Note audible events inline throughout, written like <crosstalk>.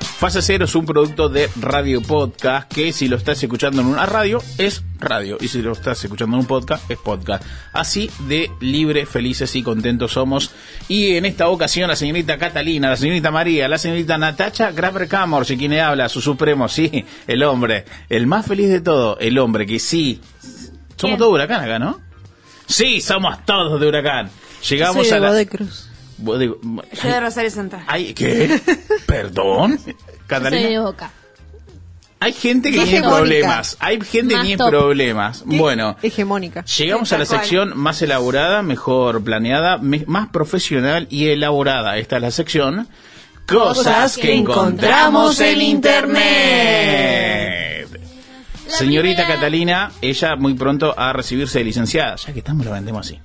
Fase Cero es un producto de Radio Podcast que si lo estás escuchando en una radio es radio y si lo estás escuchando en un podcast es podcast. Así de libres, felices y contentos somos. Y en esta ocasión la señorita Catalina, la señorita María, la señorita Natacha Graber Camors y quien le habla, su supremo, sí, el hombre, el más feliz de todo, el hombre que sí. Somos ¿Quién? todos huracán acá, ¿no? Sí, somos todos de huracán. Llegamos Soy a de la... Godecruz. Vos digo- Yo de Rosario Central. Ay, ¿qué? ¿Perdón? Soy de Catalina. Boca. Hay gente que Más tiene hegemónica. problemas. Hay gente que Más tiene top. problemas. Bueno, Hegemónica. llegamos a la Tal cual. sección más elaborada, mejor planeada, me- más profesional y elaborada. Esta es la sección. Cosas que encontramos en Internet. La Señorita primera- Catalina, ella muy pronto a recibirse de licenciada. Ya que estamos, la vendemos así.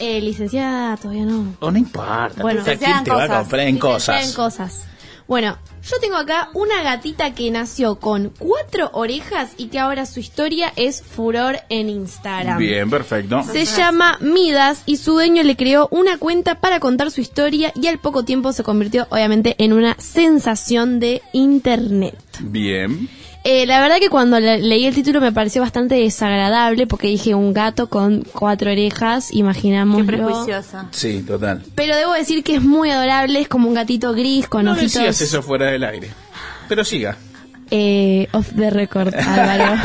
Eh, licenciada, todavía no. O no importa. Bueno, total, licenciada ¿quién en te va a cosas. comprar en Licenciada cosas? en cosas. Bueno, yo tengo acá una gatita que nació con cuatro orejas y que ahora su historia es furor en Instagram. Bien, perfecto. Se llama Midas y su dueño le creó una cuenta para contar su historia y al poco tiempo se convirtió obviamente en una sensación de internet. Bien. Eh, la verdad que cuando le- leí el título me pareció bastante desagradable porque dije un gato con cuatro orejas, imaginamos. Qué prejuiciosa. Sí, total. Pero debo decir que es muy adorable, es como un gatito gris con No ojitos. decías eso fuera del aire. Pero siga. Eh, off <laughs> the record, Álvaro.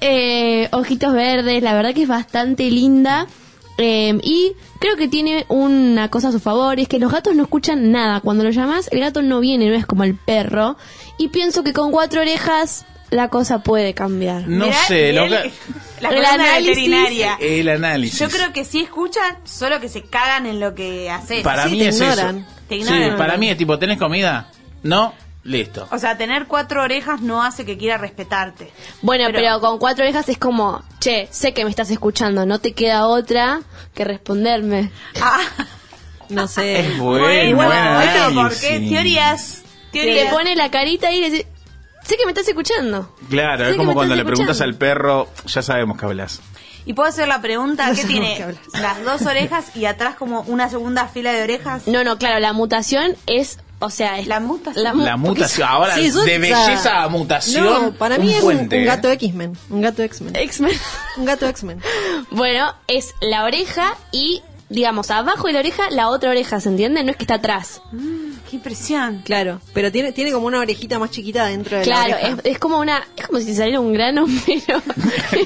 Eh, ojitos verdes, la verdad que es bastante linda. Eh, y creo que tiene una cosa a su favor, y es que los gatos no escuchan nada. Cuando lo llamas, el gato no viene, no es como el perro. Y pienso que con cuatro orejas la cosa puede cambiar. No Mirá, sé, mirá lo el- que- La El columna análisis. veterinaria. El análisis. Yo creo que sí escuchan, solo que se cagan en lo que haces. Para Sí, mí te es ignoran. eso. Te Sí, ignoran. para mí es tipo, ¿tenés comida? No, listo. O sea, tener cuatro orejas no hace que <laughs> quiera respetarte. Bueno, Pero- pero, con cuatro orejas es como, che, sé que me estás escuchando, no te queda otra que responderme. Ah, No <laughs> sé. Es bueno, buen bueno, bueno, análisis. porque teorías, Y le teorías. pone la carita y le dice, sé que me estás escuchando. Claro, Sé es que como me cuando estás le preguntas al escuchando. perro, ya sabemos que hablas. Y puedo hacer la pregunta, No ¿qué sabemos tiene? qué hablar. Las dos orejas y atrás como una segunda fila de orejas. Mm. No, no, claro, la mutación es, o sea, es La mutación. mu- La mutación, ahora Sí, eso- de belleza a mutación. No, para mí un es un, ¿eh? puente. ¿eh? un gato X-Men. Un gato X-Men. X-Men. <laughs> Un gato X-Men. bueno, es la oreja y, digamos, abajo de la oreja, la otra oreja, ¿se entiende? No es que está atrás. Qué impresión. Claro. Pero tiene, tiene como una orejita más chiquita dentro de claro, la oreja. es, <laughs> es como una, es como si saliera un grano, <laughs> <laughs> pero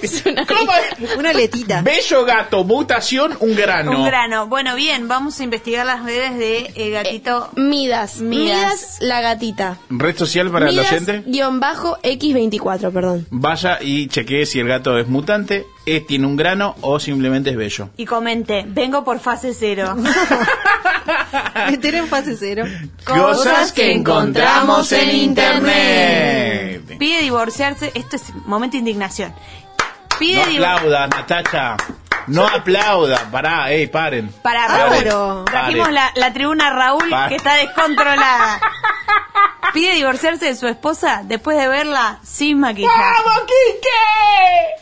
es una ¿Cómo oreja. es? Una letita. Bello gato, mutación, un grano. Un grano. Bueno, bien, vamos a investigar las redes de el gatito. Eh, Midas, Midas, Midas. la <laughs> gatita. Red social para Midas el oyente. guión bajo X24, perdón. Vaya y chequee si el gato es mutante, es, tiene un grano o simplemente es bello. Y comente, vengo por fase cero. Meter en fase cero. Cosas que encontramos en internet. Pide divorciarse, esto es momento de indignación. Pide No divorciarse. aplaudas, Natacha. No aplauda. Pará, ey, paren. Para Paren, Álvaro. Raúl, trajimos paren. la, la tribuna a Raúl Pare. que está descontrolada. Pide divorciarse de su esposa después de verla sin maquillaje.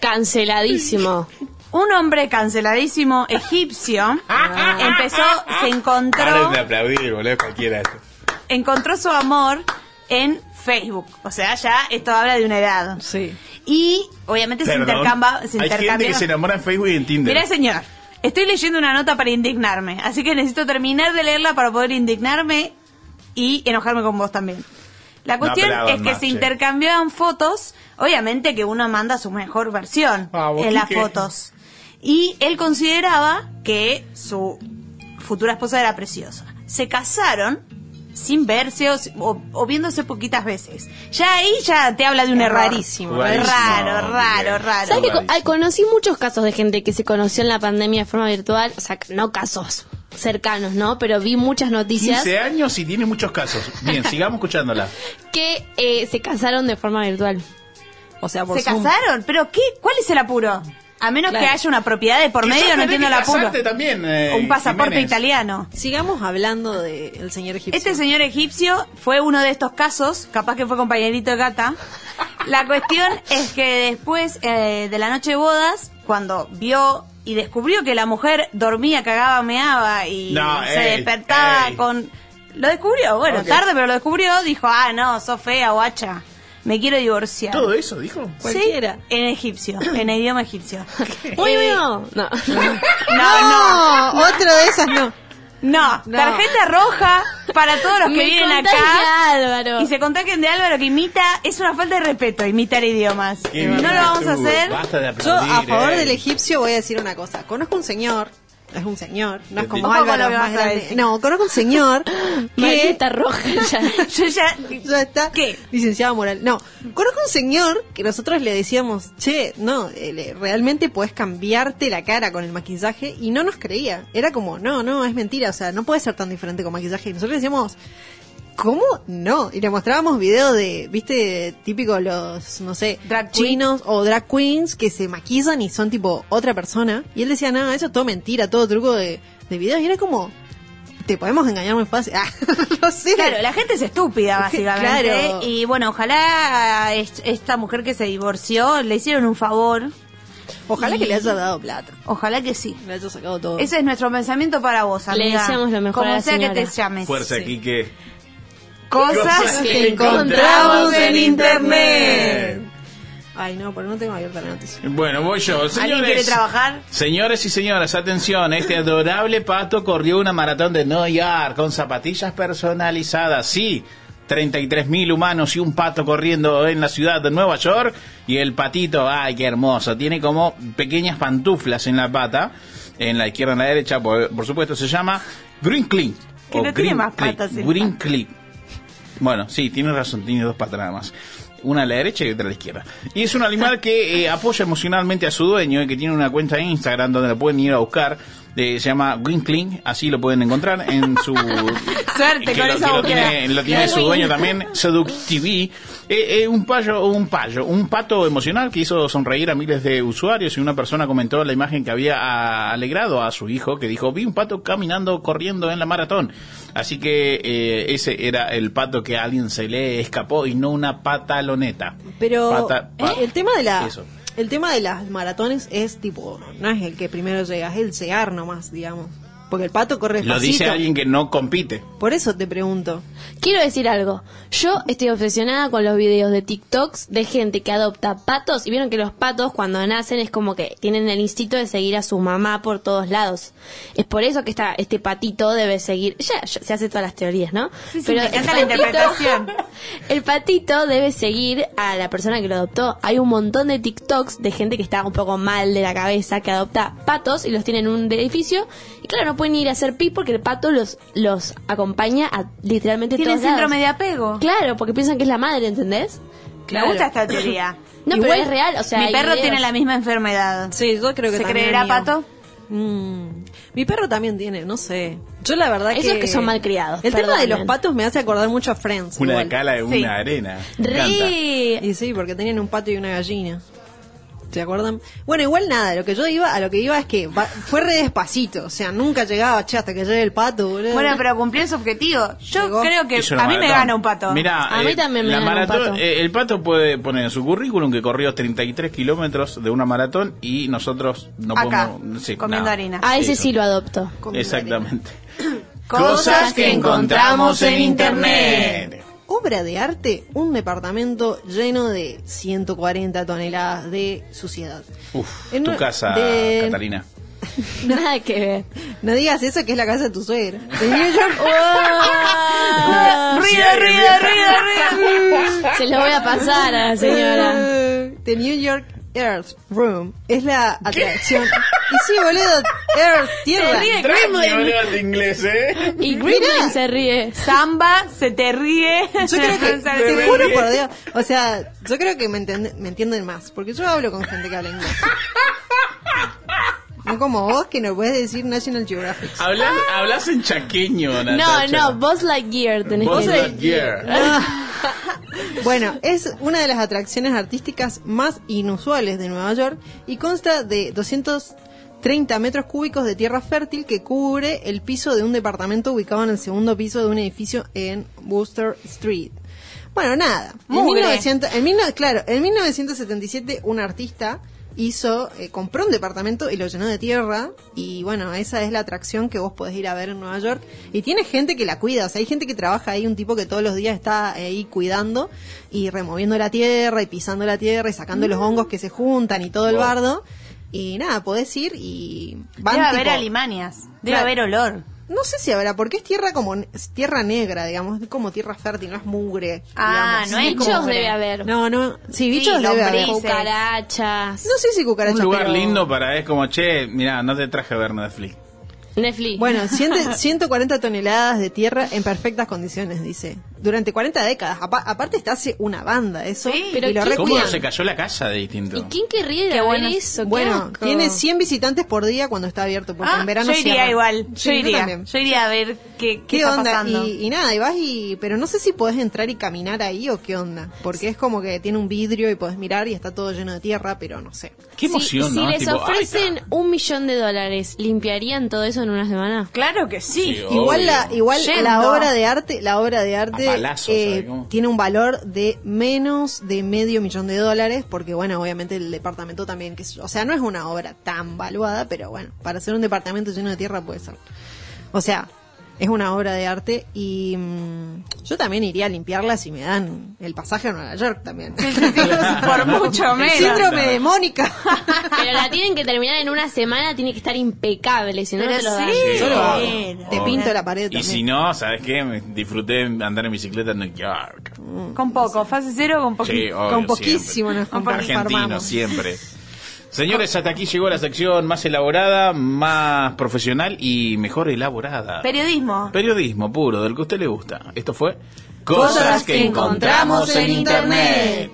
Canceladísimo. Un hombre canceladísimo egipcio empezó, se encontró, Paren de aplaudir, boludo, cualquiera. esto. encontró su amor en Facebook. O sea, ya esto habla de una edad. Sí. Y obviamente se Perdón. intercambia, se Hay gente que intercambia. se enamora en Facebook y en Tinder. Mirá, señor, estoy leyendo una nota para indignarme, así que necesito terminar de leerla para poder indignarme y enojarme con vos también. La cuestión aplaudan es que más, se sí. intercambiaban fotos, obviamente que uno manda su mejor versión Vamos, en las Ah, Quique. fotos. Y él consideraba que su futura esposa era preciosa. Se casaron sin verse o, o- o viéndose poquitas veces. Ya ahí ya te habla de un Es error. rarísimo, rarísimo. Raro, raro, raro. ¿Sabes que Rarísimo. conocí muchos casos de gente que se conoció en la pandemia de forma virtual? O sea, no casos cercanos, ¿no? Pero vi muchas noticias 15 años y tiene muchos casos. Bien, sigamos escuchándola. que eh, se casaron de forma virtual. O sea, por ¿Se Zoom. casaron? ¿Pero qué? ¿Cuál es el apuro? A menos Claro. que haya una propiedad de <laughs> por medio, Quizás no tenés entiendo el que apuro. casarte también, eh, un pasaporte Jiménez. italiano. Sigamos hablando del señor egipcio. Este señor egipcio fue uno de estos casos, capaz que fue compañerito de gata. La cuestión es que después eh, de la noche de bodas, cuando vio y descubrió que la mujer dormía, cagaba, meaba y No, se ey, despertaba ey. con Lo descubrió, bueno, Ok. tarde, pero lo descubrió. Dijo, ah, no, sos fea, guacha. Me quiero divorciar. ¿Todo eso dijo? Cualquiera. Sí, en egipcio, <coughs> en el idioma egipcio. Uy, Eh, no. No. no, no, otro de esas no. no, No. Tarjeta roja para todos los <laughs> que Me vienen acá. contagia, Álvaro. Y se contaquen de Álvaro que imita, es una falta de respeto imitar idiomas. Qué no lo bien, vamos a tú. hacer. Basta de Yo, aplaudir. a favor eh. del egipcio, voy a decir una cosa. Conozco un señor, es un señor, no es como Ojo con lo Álvaro, que es más vas a grande. decir. No, conozco <laughs> un señor que... Maleta roja ya. Yo ya. <laughs> Ya está. ¿Qué? Licenciado Moral. No, conozco un señor que nosotros le decíamos, che, no, eh, le- realmente podés cambiarte la cara con el maquillaje y no nos creía. Era como, no, no, es mentira, o sea, no puede ser tan diferente con maquillaje. Y nosotros le decíamos, ¿cómo no? Y le mostrábamos videos de, viste, típico los, no sé, Drag queen. chinos o drag queens que se maquillan y son tipo otra persona. Y él decía, no, eso es todo mentira, todo truco de, de videos. Y era como... Te podemos engañar muy fácil. <laughs> Ah, no sé. Claro, la gente <laughs> es estúpida, básicamente. Claro. Y bueno, ojalá est- esta mujer que se divorció le hicieron un favor. Ojalá Y- que le haya dado plata. Ojalá que sí. Le haya sacado todo. Ese es nuestro pensamiento para vos, Oh. Le amiga. deseamos lo mejor Como a la sea que señora. te llames. Fuerza, Quique. Cosas que que encontramos encontramos en internet. Ay, no, pero no tengo abierta la noticia. Bueno, voy yo. Señores, ¿Alguien quiere trabajar? Señores y señoras, atención, este adorable pato corrió una maratón de New York con zapatillas personalizadas. Sí, 33.000 humanos y un pato corriendo en la ciudad de Nueva York. Y el patito, ay, qué hermoso, tiene como pequeñas pantuflas en la pata, en la izquierda, en la derecha, por, por supuesto, se llama Green Clean. Que o no tiene Green más Clean, patas el Green Clean. Bueno, sí, tiene razón, tiene dos patas nada más. Una a la derecha y otra a la izquierda. Y es un animal <laughs> que eh, apoya emocionalmente a su dueño y que tiene una cuenta en Instagram donde lo pueden ir a buscar. Eh, se llama Green Clean, así lo pueden encontrar en <laughs> su... Suerte que con lo, esa que lo búsqueda. tiene, lo tiene su dueño también, SeducTV. Eh, eh, un payo, un payo, un pato emocional que hizo sonreír a miles de usuarios y una persona comentó la imagen que había ah, alegrado a su hijo que dijo, vi un pato caminando, corriendo en la maratón. Así que eh, ese era el pato que a alguien se le escapó y no una pataloneta. Pero eh, Pata- pa- el tema de la Eso. el tema de las maratones es tipo, no es el que primero llega, es el llegar nomás, digamos. Porque el pato corre Lo dice despacito. alguien que no compite. Por eso te pregunto. Quiero decir algo. Yo estoy obsesionada con los videos de TikToks de gente que adopta patos y vieron que los patos cuando nacen es como que tienen el instinto de seguir a su mamá por todos lados. Es por eso que está este patito debe seguir. Ya, ya se hace todas las teorías, ¿no? Sí, sí, me encanta la interpretación. El patito debe seguir a la persona que lo adoptó. Hay un montón de TikToks de gente que está un poco mal de la cabeza, que adopta patos y los tiene en un edificio. Y claro, no pueden ir a hacer pis porque el pato los, los acompaña a literalmente Tiene todos lados. síndrome de apego. Claro, porque piensan que es la madre, ¿entendés? Me gusta esta teoría. <laughs> No, pero es real, o sea, mi hay perro videos. tiene la misma enfermedad. Sí, yo creo que ¿Se también creerá, el mío. pato? Mm, mi perro también tiene, no sé. Yo la verdad Esos que que son malcriados, El tema de los perdonen. patos me hace acordar mucho a Friends. Una de igual. cala de una Sí. arena. Me encanta. Re. Y sí, porque tenían un pato y una gallina. ¿Se acuerdan? Bueno, igual nada, lo que yo iba, a lo que iba es que va- fue re despacito, o sea, nunca llegaba, che, hasta que llegue el pato, boludo. Bueno, pero cumplió su objetivo. Yo Llegó. creo que Hizo a una mí me maratón. gana un pato. Mirá, eh, A mí también me la gana un maratón, pato. eh, el pato puede poner en su currículum que corrió 33 kilómetros de una maratón y nosotros no Acá, podemos... comiendo harina. A Ah, ese Eso. sí lo adopto. <laughs> Con mi Exactamente. <coughs> Cosas que encontramos en madre. Obra de arte, un departamento lleno de 140 toneladas de suciedad. Uf, En tu una- casa, de- Catalina. Nada que <laughs> ver. <laughs> No digas eso que es la casa de tu suegra. De New York. Oh, Ruido, Sí, ruido, bien. <laughs> ruido, ruido. se lo voy a pasar a la señora. The New York Earth Room es la atracción. Y sí, boludo, Earth, Se tierra. ríe de inglés, ¿eh? Y Greenland se ríe. Samba, se te ríe. Yo creo Se que, te ríe. juro por Dios, o sea, yo creo que me, entiende- me entienden más, porque yo hablo con gente que habla inglés. No como vos que no puedes decir National Geographic. Hablas, hablas en chaqueño, No, Natacha. no, Buzz Lightyear tenés Vos que sos decir. Gear. Bueno, es una de las atracciones artísticas más inusuales de Nueva York y consta de 230 metros cúbicos de tierra fértil que cubre el piso de un departamento ubicado en el segundo piso de un edificio en Wooster Street. Bueno, nada. En Mugre. 1900 en 19 claro, en 1977 un artista hizo, eh, compró un departamento y lo llenó de tierra. Y bueno, esa es la atracción que vos podés ir a ver en Nueva York. Y tiene gente que la cuida, o sea, hay gente que trabaja ahí, un tipo que todos los días está ahí cuidando y removiendo la tierra y pisando la tierra y sacando Mm. los hongos que se juntan y todo el Wow. bardo. Y nada, podés ir y van Debe tipo- haber alimañas, debe Claro. haber olor. no sé si habrá, porque es tierra como es tierra negra, digamos, es como tierra fértil, no es mugre. Ah, digamos. no es Bichos como- debe haber. No, no, sí, bichos Sí, debe haber. lombrices. Cucarachas. No sé si cucarachas. Un lugar pero- lindo para, es como, che, mira, no te traje a ver Netflix. Netflix. Bueno, <laughs> 100 140 toneladas de tierra en perfectas condiciones, dice. Durante 40 décadas. Apa- aparte está hace una banda eso. Sí, pero y lo ¿quién- ¿Cómo recuidan. se cayó la casa de distinto? ¿Y quién querría ir Qué a ver bueno. eso? Qué Bueno, asco. tiene 100 visitantes por día cuando está abierto, porque Ah, en yo verano iría cierra. igual, yo Sí, iría, también. yo iría a ver qué, qué, ¿Qué, está onda? pasando. Y, y nada, y vas y... Pero no sé si podés entrar y caminar ahí o qué onda. Porque es como que tiene un vidrio y podés mirar y está todo lleno de tierra, pero no sé. Qué Si- emoción, si, ¿no? les Tipo, ay, ofrecen está. un millón de dólares, ¿limpiarían todo eso en una <laughs> semana? Claro que sí. Sí, Igual, la, Obvio. igual Yendo. la obra de arte, la obra de arte A palazos, eh, ¿sabe cómo? tiene un valor de menos de medio millón de dólares, porque bueno, obviamente el departamento también, que, o sea, no es una obra tan valuada, pero bueno, para ser un departamento lleno de tierra puede ser. O sea, es una obra de arte y mm, yo también iría a limpiarla si me dan el pasaje a Nueva York también. Sí, sí, sí, <laughs> por mucho menos. Síndrome de Mónica. <laughs> Pero la tienen que terminar en una semana, tiene que estar impecable, si no, no Pero te lo dan. sí. Yo lo hago. Te Obvio. pinto la pared Y también. si no, ¿sabes qué? Me disfruté andar en bicicleta en New York. Con poco, fase cero con poquito. Sí, obvio, Con poquísimo siempre. nos juntamos, Argentino, armamos. siempre. Señores, hasta aquí llegó la sección más elaborada, más profesional y mejor elaborada. Periodismo. Periodismo puro, del que a usted le gusta. Esto fue Cosas que encontramos en Internet.